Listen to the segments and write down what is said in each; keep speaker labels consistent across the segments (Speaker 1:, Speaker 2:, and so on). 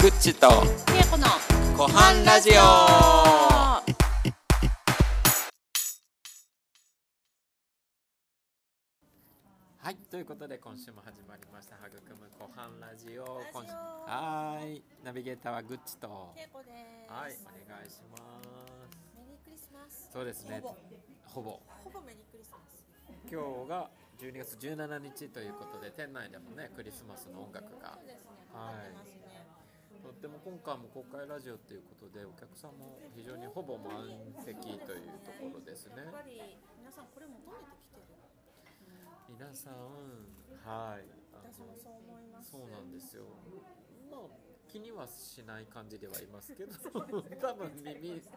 Speaker 1: ぐっちと
Speaker 2: けいこの
Speaker 1: ご
Speaker 2: ご
Speaker 1: 飯ラジオはい、ということで今週も始まりました「はぐくむご飯ラジオ」
Speaker 2: ラジオ
Speaker 1: 今週はーいナビゲーターはぐっちとは
Speaker 2: けいこで
Speaker 1: い
Speaker 2: す
Speaker 1: お願いします
Speaker 2: メリークリスマス
Speaker 1: そうですね
Speaker 2: ほぼ
Speaker 1: ほぼ
Speaker 2: ほぼメリークリスマス
Speaker 1: 今日が12月17日ということで店内でもねクリスマスの音楽が
Speaker 2: そうですね
Speaker 1: は
Speaker 2: か
Speaker 1: い
Speaker 2: かってますね
Speaker 1: とっても今回も公開ラジオということでお客さんも非常にほぼ満席というところですね
Speaker 2: やっぱり皆さんこれ求めてきてる
Speaker 1: 皆さんはいあ
Speaker 2: 私も
Speaker 1: の
Speaker 2: そう思います
Speaker 1: そうなんですよまあ気にはしない感じではいます けど多分耳す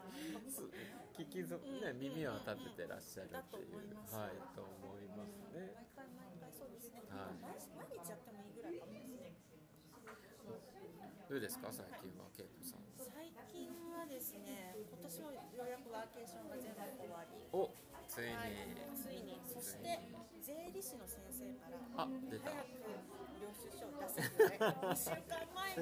Speaker 1: 聞きぞ、ね、耳は立ててらっしゃるっていうはいと思いますね
Speaker 2: 毎回毎回そうですね、
Speaker 1: はい
Speaker 2: 毎日毎日やってもいいぐらいかもですね
Speaker 1: どうですか最近は恵子さん
Speaker 2: 最近はですね今年もようやくワーケーションが全部終わり
Speaker 1: おついに
Speaker 2: はいついにそして税理士の先生から
Speaker 1: あ出た
Speaker 2: 早く領収書を出せって2週間前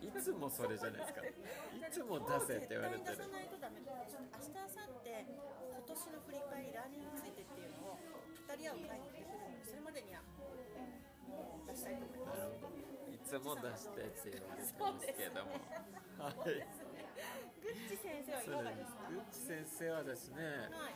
Speaker 2: に
Speaker 1: いつもそれじゃないですかいつも出せって言われてる
Speaker 2: 絶対出さないとダメだちょっと明日明後日今年の振り返りラーニングについてっていうのを語り合う会議をするのでそれまでにはもう出したいと思います
Speaker 1: いつも出してって言われてますけどもはい
Speaker 2: グッチ先生はい
Speaker 1: そ
Speaker 2: か
Speaker 1: う
Speaker 2: が
Speaker 1: で
Speaker 2: です
Speaker 1: す
Speaker 2: か
Speaker 1: ぐっち先生はですね
Speaker 2: はい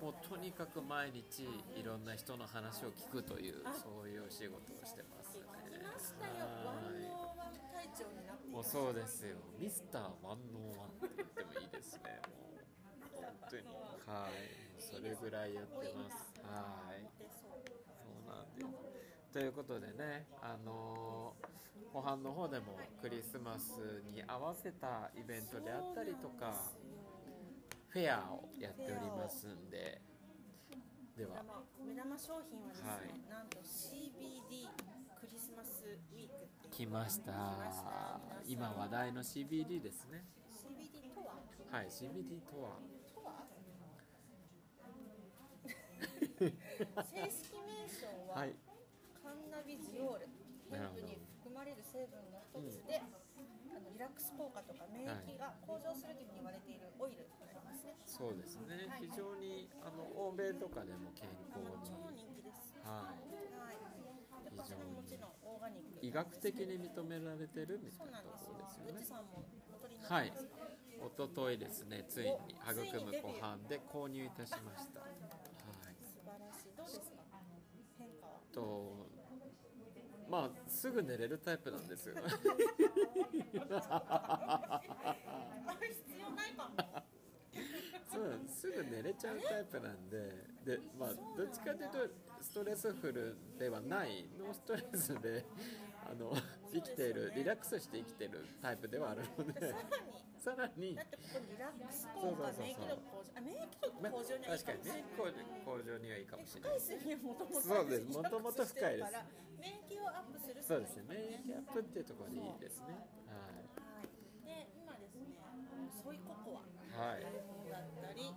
Speaker 1: もうとにかく毎日いろんな人の話を聞くという
Speaker 2: あ
Speaker 1: そういうお仕事をしてますね
Speaker 2: 聞きましたよワンオーワン隊長になってい
Speaker 1: もう
Speaker 2: ました
Speaker 1: そうですよミスター万能ワンって言ってもいいですねもう本当にはいそれぐらいやってますはい
Speaker 2: でそう
Speaker 1: そうなんですということでね、あのー後半の方でもクリスマスに合わせたイベントであったりとかフェアをやっておりますんででは
Speaker 2: 目玉商品はですね、
Speaker 1: は
Speaker 2: なんと CBD クリスマスウィークっていう
Speaker 1: 来ました今話題の CBD ですね
Speaker 2: CBD とは
Speaker 1: はい CBD とは
Speaker 2: とは正式名称は、
Speaker 1: はい
Speaker 2: カンナビジオールヘルプに含まれる成分の一つで、あのリラックス効果とか免疫が向上するというふうに言われているオイルになりますね、
Speaker 1: そうですね非常にあの欧米とかでも健
Speaker 2: あ
Speaker 1: 康
Speaker 2: の超
Speaker 1: に
Speaker 2: 人気です
Speaker 1: は
Speaker 2: はいでこちらももちろんオーガニック
Speaker 1: い医学的に認められてるみたい
Speaker 2: そ
Speaker 1: うな
Speaker 2: なん
Speaker 1: と
Speaker 2: です
Speaker 1: ころですよね
Speaker 2: グッチさんもお取りにな
Speaker 1: はい
Speaker 2: ります、
Speaker 1: 一昨日ですねついに「はぐくむご飯で購入いたしました、はい、
Speaker 2: 素晴らしいどうですか変化は
Speaker 1: とまあすぐ寝れるタイプなんです よ
Speaker 2: あれ必要ないかも
Speaker 1: そうなんですすぐ寝れちゃうタイプなんでで、まあ、どっちかというとストレスフルではないノーストレスであの生きているリラックスして生きてるタイプではあるの
Speaker 2: で
Speaker 1: で
Speaker 2: さら
Speaker 1: さら
Speaker 2: に
Speaker 1: に
Speaker 2: だってここリラックス効果
Speaker 1: そうそうそうそう
Speaker 2: 免疫力向上あ免疫力
Speaker 1: まあ
Speaker 2: 向上にはいい
Speaker 1: 確
Speaker 2: か
Speaker 1: かに
Speaker 2: もしれない
Speaker 1: ね向向上にはいいかもしれな
Speaker 2: 深
Speaker 1: い
Speaker 2: い睡眠はもともと
Speaker 1: そうです元々深いです
Speaker 2: 免疫をアップする
Speaker 1: そうですね
Speaker 2: はい
Speaker 1: 免疫アップっていうところでいいですねはい
Speaker 2: で今ですねソイココア
Speaker 1: はい
Speaker 2: あれものだったり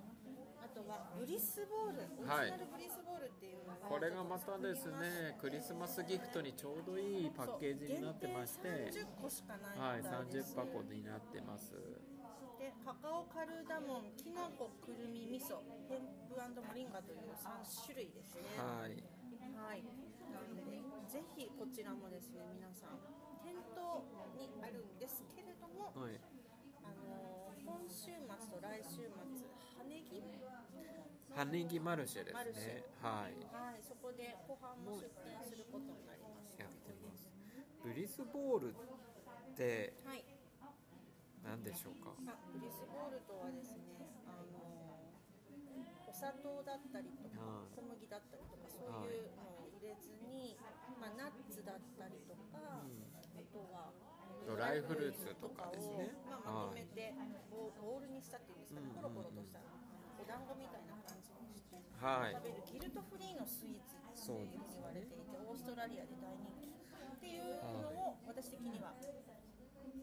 Speaker 2: あとはブリスボールオリジ
Speaker 1: はい
Speaker 2: ナルブリスボールっていうのを
Speaker 1: これがまたですねクリスマスギフトにちょうどいいパッケージになってまして
Speaker 2: そう限定30個しかな
Speaker 1: はいい
Speaker 2: みたいです
Speaker 1: 30箱になってます
Speaker 2: でカカオカルダモンきなこくるみ味噌ヘンプモリンガという3種類ですね
Speaker 1: はい
Speaker 2: はい、なので、ぜひこちらもですね、皆さん、店頭にあるんですけれども、
Speaker 1: はい
Speaker 2: あのー今週末と来週末、羽根木、
Speaker 1: 羽根木マルシェで
Speaker 2: マルシ
Speaker 1: すね
Speaker 2: ェ
Speaker 1: はい
Speaker 2: はい、そこで後半も出店することになります。
Speaker 1: やってますブリスボールって
Speaker 2: はい、
Speaker 1: 何でしょうか
Speaker 2: あブリスボールとはですね、あのーお砂糖だったりとか
Speaker 1: はい
Speaker 2: 小麦だったりとかそういうのを入れずに、まあ、ナッツだったりとか、あとは
Speaker 1: ドライフルーツとかですね
Speaker 2: まあ、まとめてボボールにしたっていうんですか
Speaker 1: うん
Speaker 2: ね、コロコロとしたお団子みたいな感じにして、
Speaker 1: はい
Speaker 2: 食べるギルトフリーのスイーツって
Speaker 1: そう
Speaker 2: いう
Speaker 1: で
Speaker 2: ふうに言われていて、オーストラリアで大人気っていうのを私的には、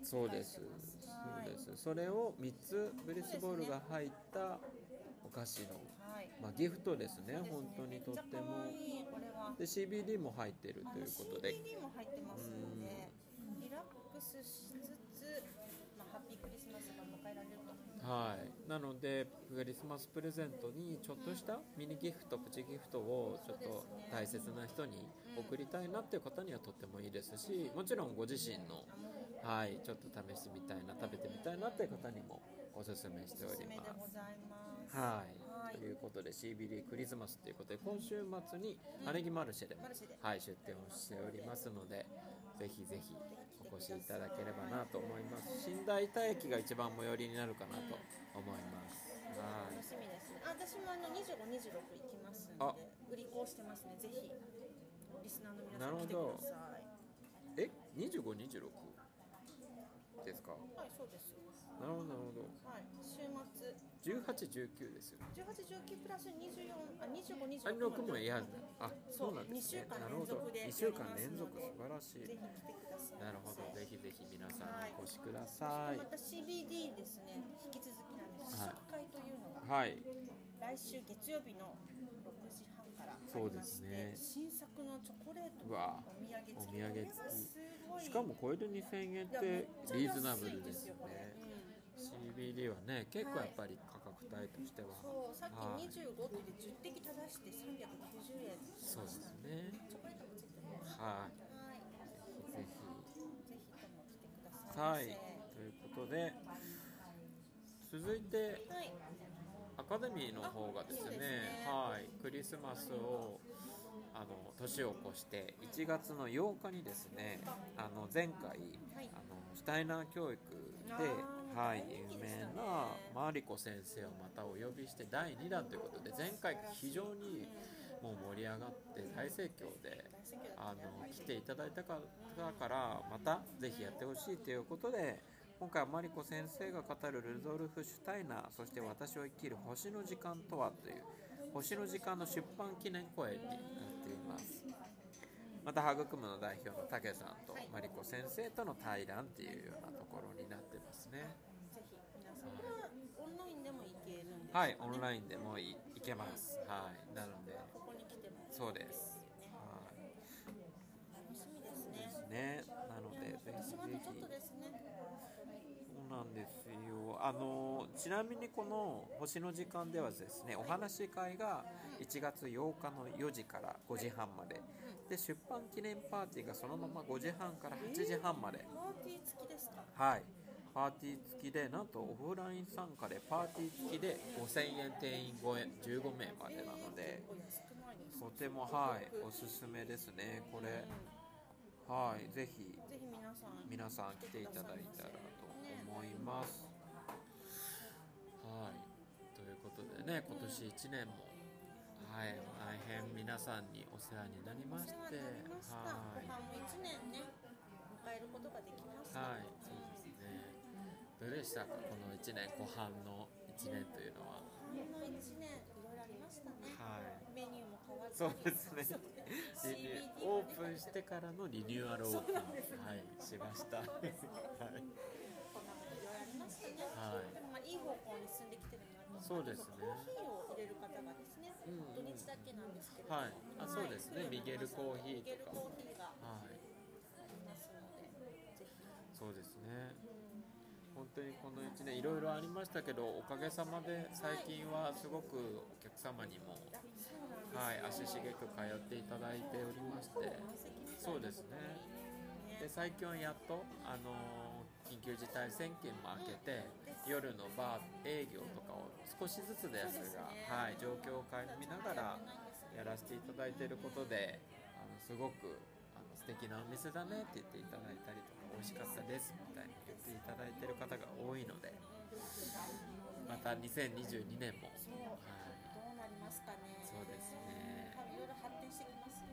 Speaker 1: そうですそうですそれを3つブリスボールが入ったお菓子の、
Speaker 2: はい、
Speaker 1: まあ、ギフトですね
Speaker 2: そうですね
Speaker 1: 本当にとって
Speaker 2: め
Speaker 1: も
Speaker 2: っちゃ可愛いこれは
Speaker 1: で CBD も入ってるということで
Speaker 2: CD も入ってますのでいラックスしつつ、まあ、ハッピークリスマスが迎えられると。
Speaker 1: はい、なのでクリスマスプレゼントにちょっとしたミニギフトプチギフトをちょっと大切な人に送りたいなっていう方にはとってもいいですしもちろんご自身の、
Speaker 2: あもう
Speaker 1: はい、ちょっと試してみたいな食べてみたいなっていう方にもおすすめして
Speaker 2: お
Speaker 1: お
Speaker 2: すす
Speaker 1: り
Speaker 2: めで
Speaker 1: ま
Speaker 2: ご
Speaker 1: す。
Speaker 2: ざいます。
Speaker 1: はい、
Speaker 2: はい
Speaker 1: ということで CBD クリスマスということで今週末に姉木マルシェでも
Speaker 2: マルシェで
Speaker 1: はい、出店をしておりますので、ぜひぜひお越しいただければなと思います。新大田駅が一番最寄りになるかなと思います。は
Speaker 2: 楽
Speaker 1: い。
Speaker 2: しみですね。あ私もあの25、26行きますんで
Speaker 1: あ、
Speaker 2: 売り子をしてますね。ぜひリスナーの皆
Speaker 1: な
Speaker 2: さ
Speaker 1: る
Speaker 2: ん
Speaker 1: ほ
Speaker 2: 来て
Speaker 1: ど
Speaker 2: ください。
Speaker 1: え、二十五、二十六ですか。
Speaker 2: はい、そうです。
Speaker 1: なるほど、なるほど。
Speaker 2: はい、週末
Speaker 1: 十八、十九ですよね。
Speaker 2: 18、19プラス24、あ25、
Speaker 1: あ、
Speaker 2: 26
Speaker 1: 六もやる
Speaker 2: ぜ。
Speaker 1: あ、そうなんですね。
Speaker 2: そう
Speaker 1: なるほど。二
Speaker 2: 二
Speaker 1: 週
Speaker 2: 週
Speaker 1: 間
Speaker 2: 間
Speaker 1: 連
Speaker 2: 連
Speaker 1: 続
Speaker 2: 続で
Speaker 1: 素晴らし
Speaker 2: ひ来
Speaker 1: い。
Speaker 2: てください。
Speaker 1: なるほど。ぜひぜひ皆さんお越しくだ
Speaker 2: は
Speaker 1: さ
Speaker 2: い。
Speaker 1: い
Speaker 2: ま。た CBD ですね。引き続きなんです。試
Speaker 1: はい
Speaker 2: 食会というのが。
Speaker 1: はい。
Speaker 2: 来週月曜日の6時半からありまして
Speaker 1: そうですね
Speaker 2: 新作のチョコレート
Speaker 1: う
Speaker 2: の
Speaker 1: わ。
Speaker 2: お土産付き
Speaker 1: お土産付き
Speaker 2: これはすごい
Speaker 1: しかもこれで2000円っ
Speaker 2: いやめ
Speaker 1: て
Speaker 2: っちゃ安
Speaker 1: リ
Speaker 2: い
Speaker 1: ーズナブルですよ
Speaker 2: これ
Speaker 1: ね
Speaker 2: うん
Speaker 1: CBD はね結構やっぱり価格帯としては
Speaker 2: そうさっ
Speaker 1: はい
Speaker 2: き25って言って10滴垂らして390円し
Speaker 1: そう
Speaker 2: ま
Speaker 1: で
Speaker 2: した
Speaker 1: すね
Speaker 2: ねチョコレートもついてる
Speaker 1: は
Speaker 2: は
Speaker 1: い
Speaker 2: い
Speaker 1: ぜ
Speaker 2: ぜひとも来てく
Speaker 1: ひ
Speaker 2: ださ
Speaker 1: はいいということで続いて
Speaker 2: はい
Speaker 1: アカデミーの方がです
Speaker 2: あそ
Speaker 1: ね
Speaker 2: うですね
Speaker 1: はいクリスマスをあの年を越して1月の8日にですねあの前回
Speaker 2: はい
Speaker 1: あのシュタイナー教育で
Speaker 2: あ、ー
Speaker 1: はい、
Speaker 2: 大
Speaker 1: 有
Speaker 2: 人気でしたね
Speaker 1: 名なマリコ先生をまたお呼びして第2弾ということで前回非常にもう盛り上がって大盛況で
Speaker 2: 大盛況だ
Speaker 1: あ
Speaker 2: ったね
Speaker 1: の来ていただいた方からまたぜひやってほしいということで今回はマリコ先生が語るルドルフ・シュタイナーそして私を生きる星の時間とはという星の時間の出版記念公演になっていますまた育むの代表の武さんとマリコ先生との対談っていうようなところになってますね
Speaker 2: ぜひ皆さんこれはオンラインでもいけるんです
Speaker 1: はいオン
Speaker 2: イン
Speaker 1: ラインでもいいけますはいなので
Speaker 2: ここに来ても
Speaker 1: そうです
Speaker 2: ね
Speaker 1: はい
Speaker 2: 楽しみです
Speaker 1: で
Speaker 2: ね
Speaker 1: すねなの
Speaker 2: い
Speaker 1: で
Speaker 2: や
Speaker 1: ぜひぜ
Speaker 2: 私はあとちょっ
Speaker 1: ひ
Speaker 2: とですね
Speaker 1: そうなんですよあのちなみにこの「星の時間」ではですねお話し会が1月8日の4時から5時半までで出版記念パーティーがそのまま5時半から8時半まで
Speaker 2: パーティー付きですか
Speaker 1: はいパーティー付きでなんとオフライン参加でパーティー付きで5000円定員超え15名までなので
Speaker 2: 結構安くないですか
Speaker 1: とてもはいおすすめですねこれはいぜひ
Speaker 2: ぜひ皆さん
Speaker 1: 皆さん来ていただいたらと思います。はい、ということでね、今年1年も、はい、大変皆さんにお世話になり
Speaker 2: お
Speaker 1: まし
Speaker 2: 世
Speaker 1: て、
Speaker 2: 話になりました
Speaker 1: は
Speaker 2: ご
Speaker 1: い、
Speaker 2: 飯も一年ね迎えることができました
Speaker 1: はい、そうですね。どうでしたか、この1年、後半の1年というのは。
Speaker 2: この一年いろいろありましたね
Speaker 1: はい。
Speaker 2: メニューも変わったり
Speaker 1: そうですね
Speaker 2: そうです
Speaker 1: リ
Speaker 2: CBD
Speaker 1: ニ
Speaker 2: がね
Speaker 1: ューオープンしてからのリニューアルオープン、
Speaker 2: そう
Speaker 1: は
Speaker 2: なんですね
Speaker 1: い、しました。はい、
Speaker 2: こんなこといろいろありましたね、
Speaker 1: はい
Speaker 2: でもまあいい方向に進んできてるなと
Speaker 1: そうですね
Speaker 2: あとコーヒーを入れる方がですね、
Speaker 1: うんうん
Speaker 2: 土日だけなんですけれども
Speaker 1: はいあそうですねミゲルコーヒー
Speaker 2: ミゲ
Speaker 1: と
Speaker 2: ル
Speaker 1: か
Speaker 2: コーヒーがあ
Speaker 1: はい。
Speaker 2: りますのでぜひ
Speaker 1: そうですね本当にこの1年いろいろありましたけどおかげさまで最近はすごくお客様にも、
Speaker 2: あそうなんですよ
Speaker 1: はい、足しげく通っていただいておりまして
Speaker 2: 満席みたいな
Speaker 1: そうですねで最近はやっと、あのー緊急事態宣言も明けて夜のバー営業とかを少しずつですがはい、状況を顧みながらやらせていただいていることであのすごくあの素敵なお店だねって言っていただいたりとか美味しかったですみたいに言っていただいている方が多いのでまた2022年も、
Speaker 2: そう
Speaker 1: はい、
Speaker 2: どうなりますかね
Speaker 1: そうですね
Speaker 2: 多分いろいろ発展してきますね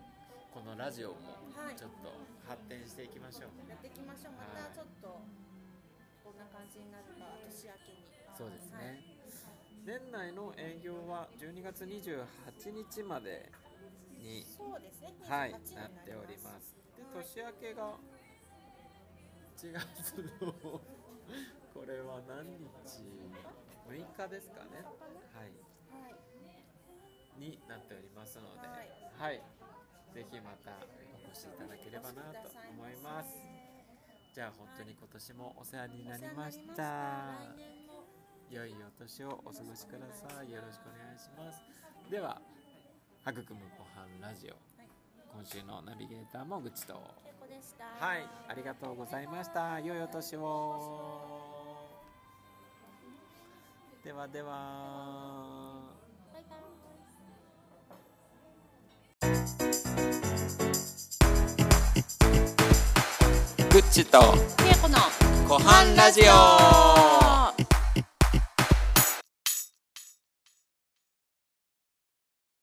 Speaker 1: このラジオも
Speaker 2: はい
Speaker 1: ちょっと発展していきましょう。
Speaker 2: やっていきましょうま
Speaker 1: はい
Speaker 2: たちょっとこんな感じになるか年明けに
Speaker 1: そうです
Speaker 2: はい
Speaker 1: ね。年内の営業は12月28日までに、
Speaker 2: そうですね。
Speaker 1: はい、なっ
Speaker 2: 28
Speaker 1: ております。で、
Speaker 2: はい
Speaker 1: 年明けが1月の これは何日 ?6 日ですかね。はい。
Speaker 2: はい。
Speaker 1: になっておりますので、
Speaker 2: はい
Speaker 1: はい、ぜひまたお越しいただければなと思います。じゃあ本当に今年もお世話になりまし。
Speaker 2: お世話になりましたた来年も
Speaker 1: 良いお年をお過ごしください。よろしくお願いします。では、育むご飯ラジオ、
Speaker 2: はい
Speaker 1: 今週のナビゲーターもぐちと。
Speaker 2: 稽古でした
Speaker 1: はい、ありがとうございました。良いお年を。ではでは。
Speaker 2: バイバイ
Speaker 1: ぐっちと
Speaker 2: 稽古の
Speaker 1: ご
Speaker 2: 飯ラジオ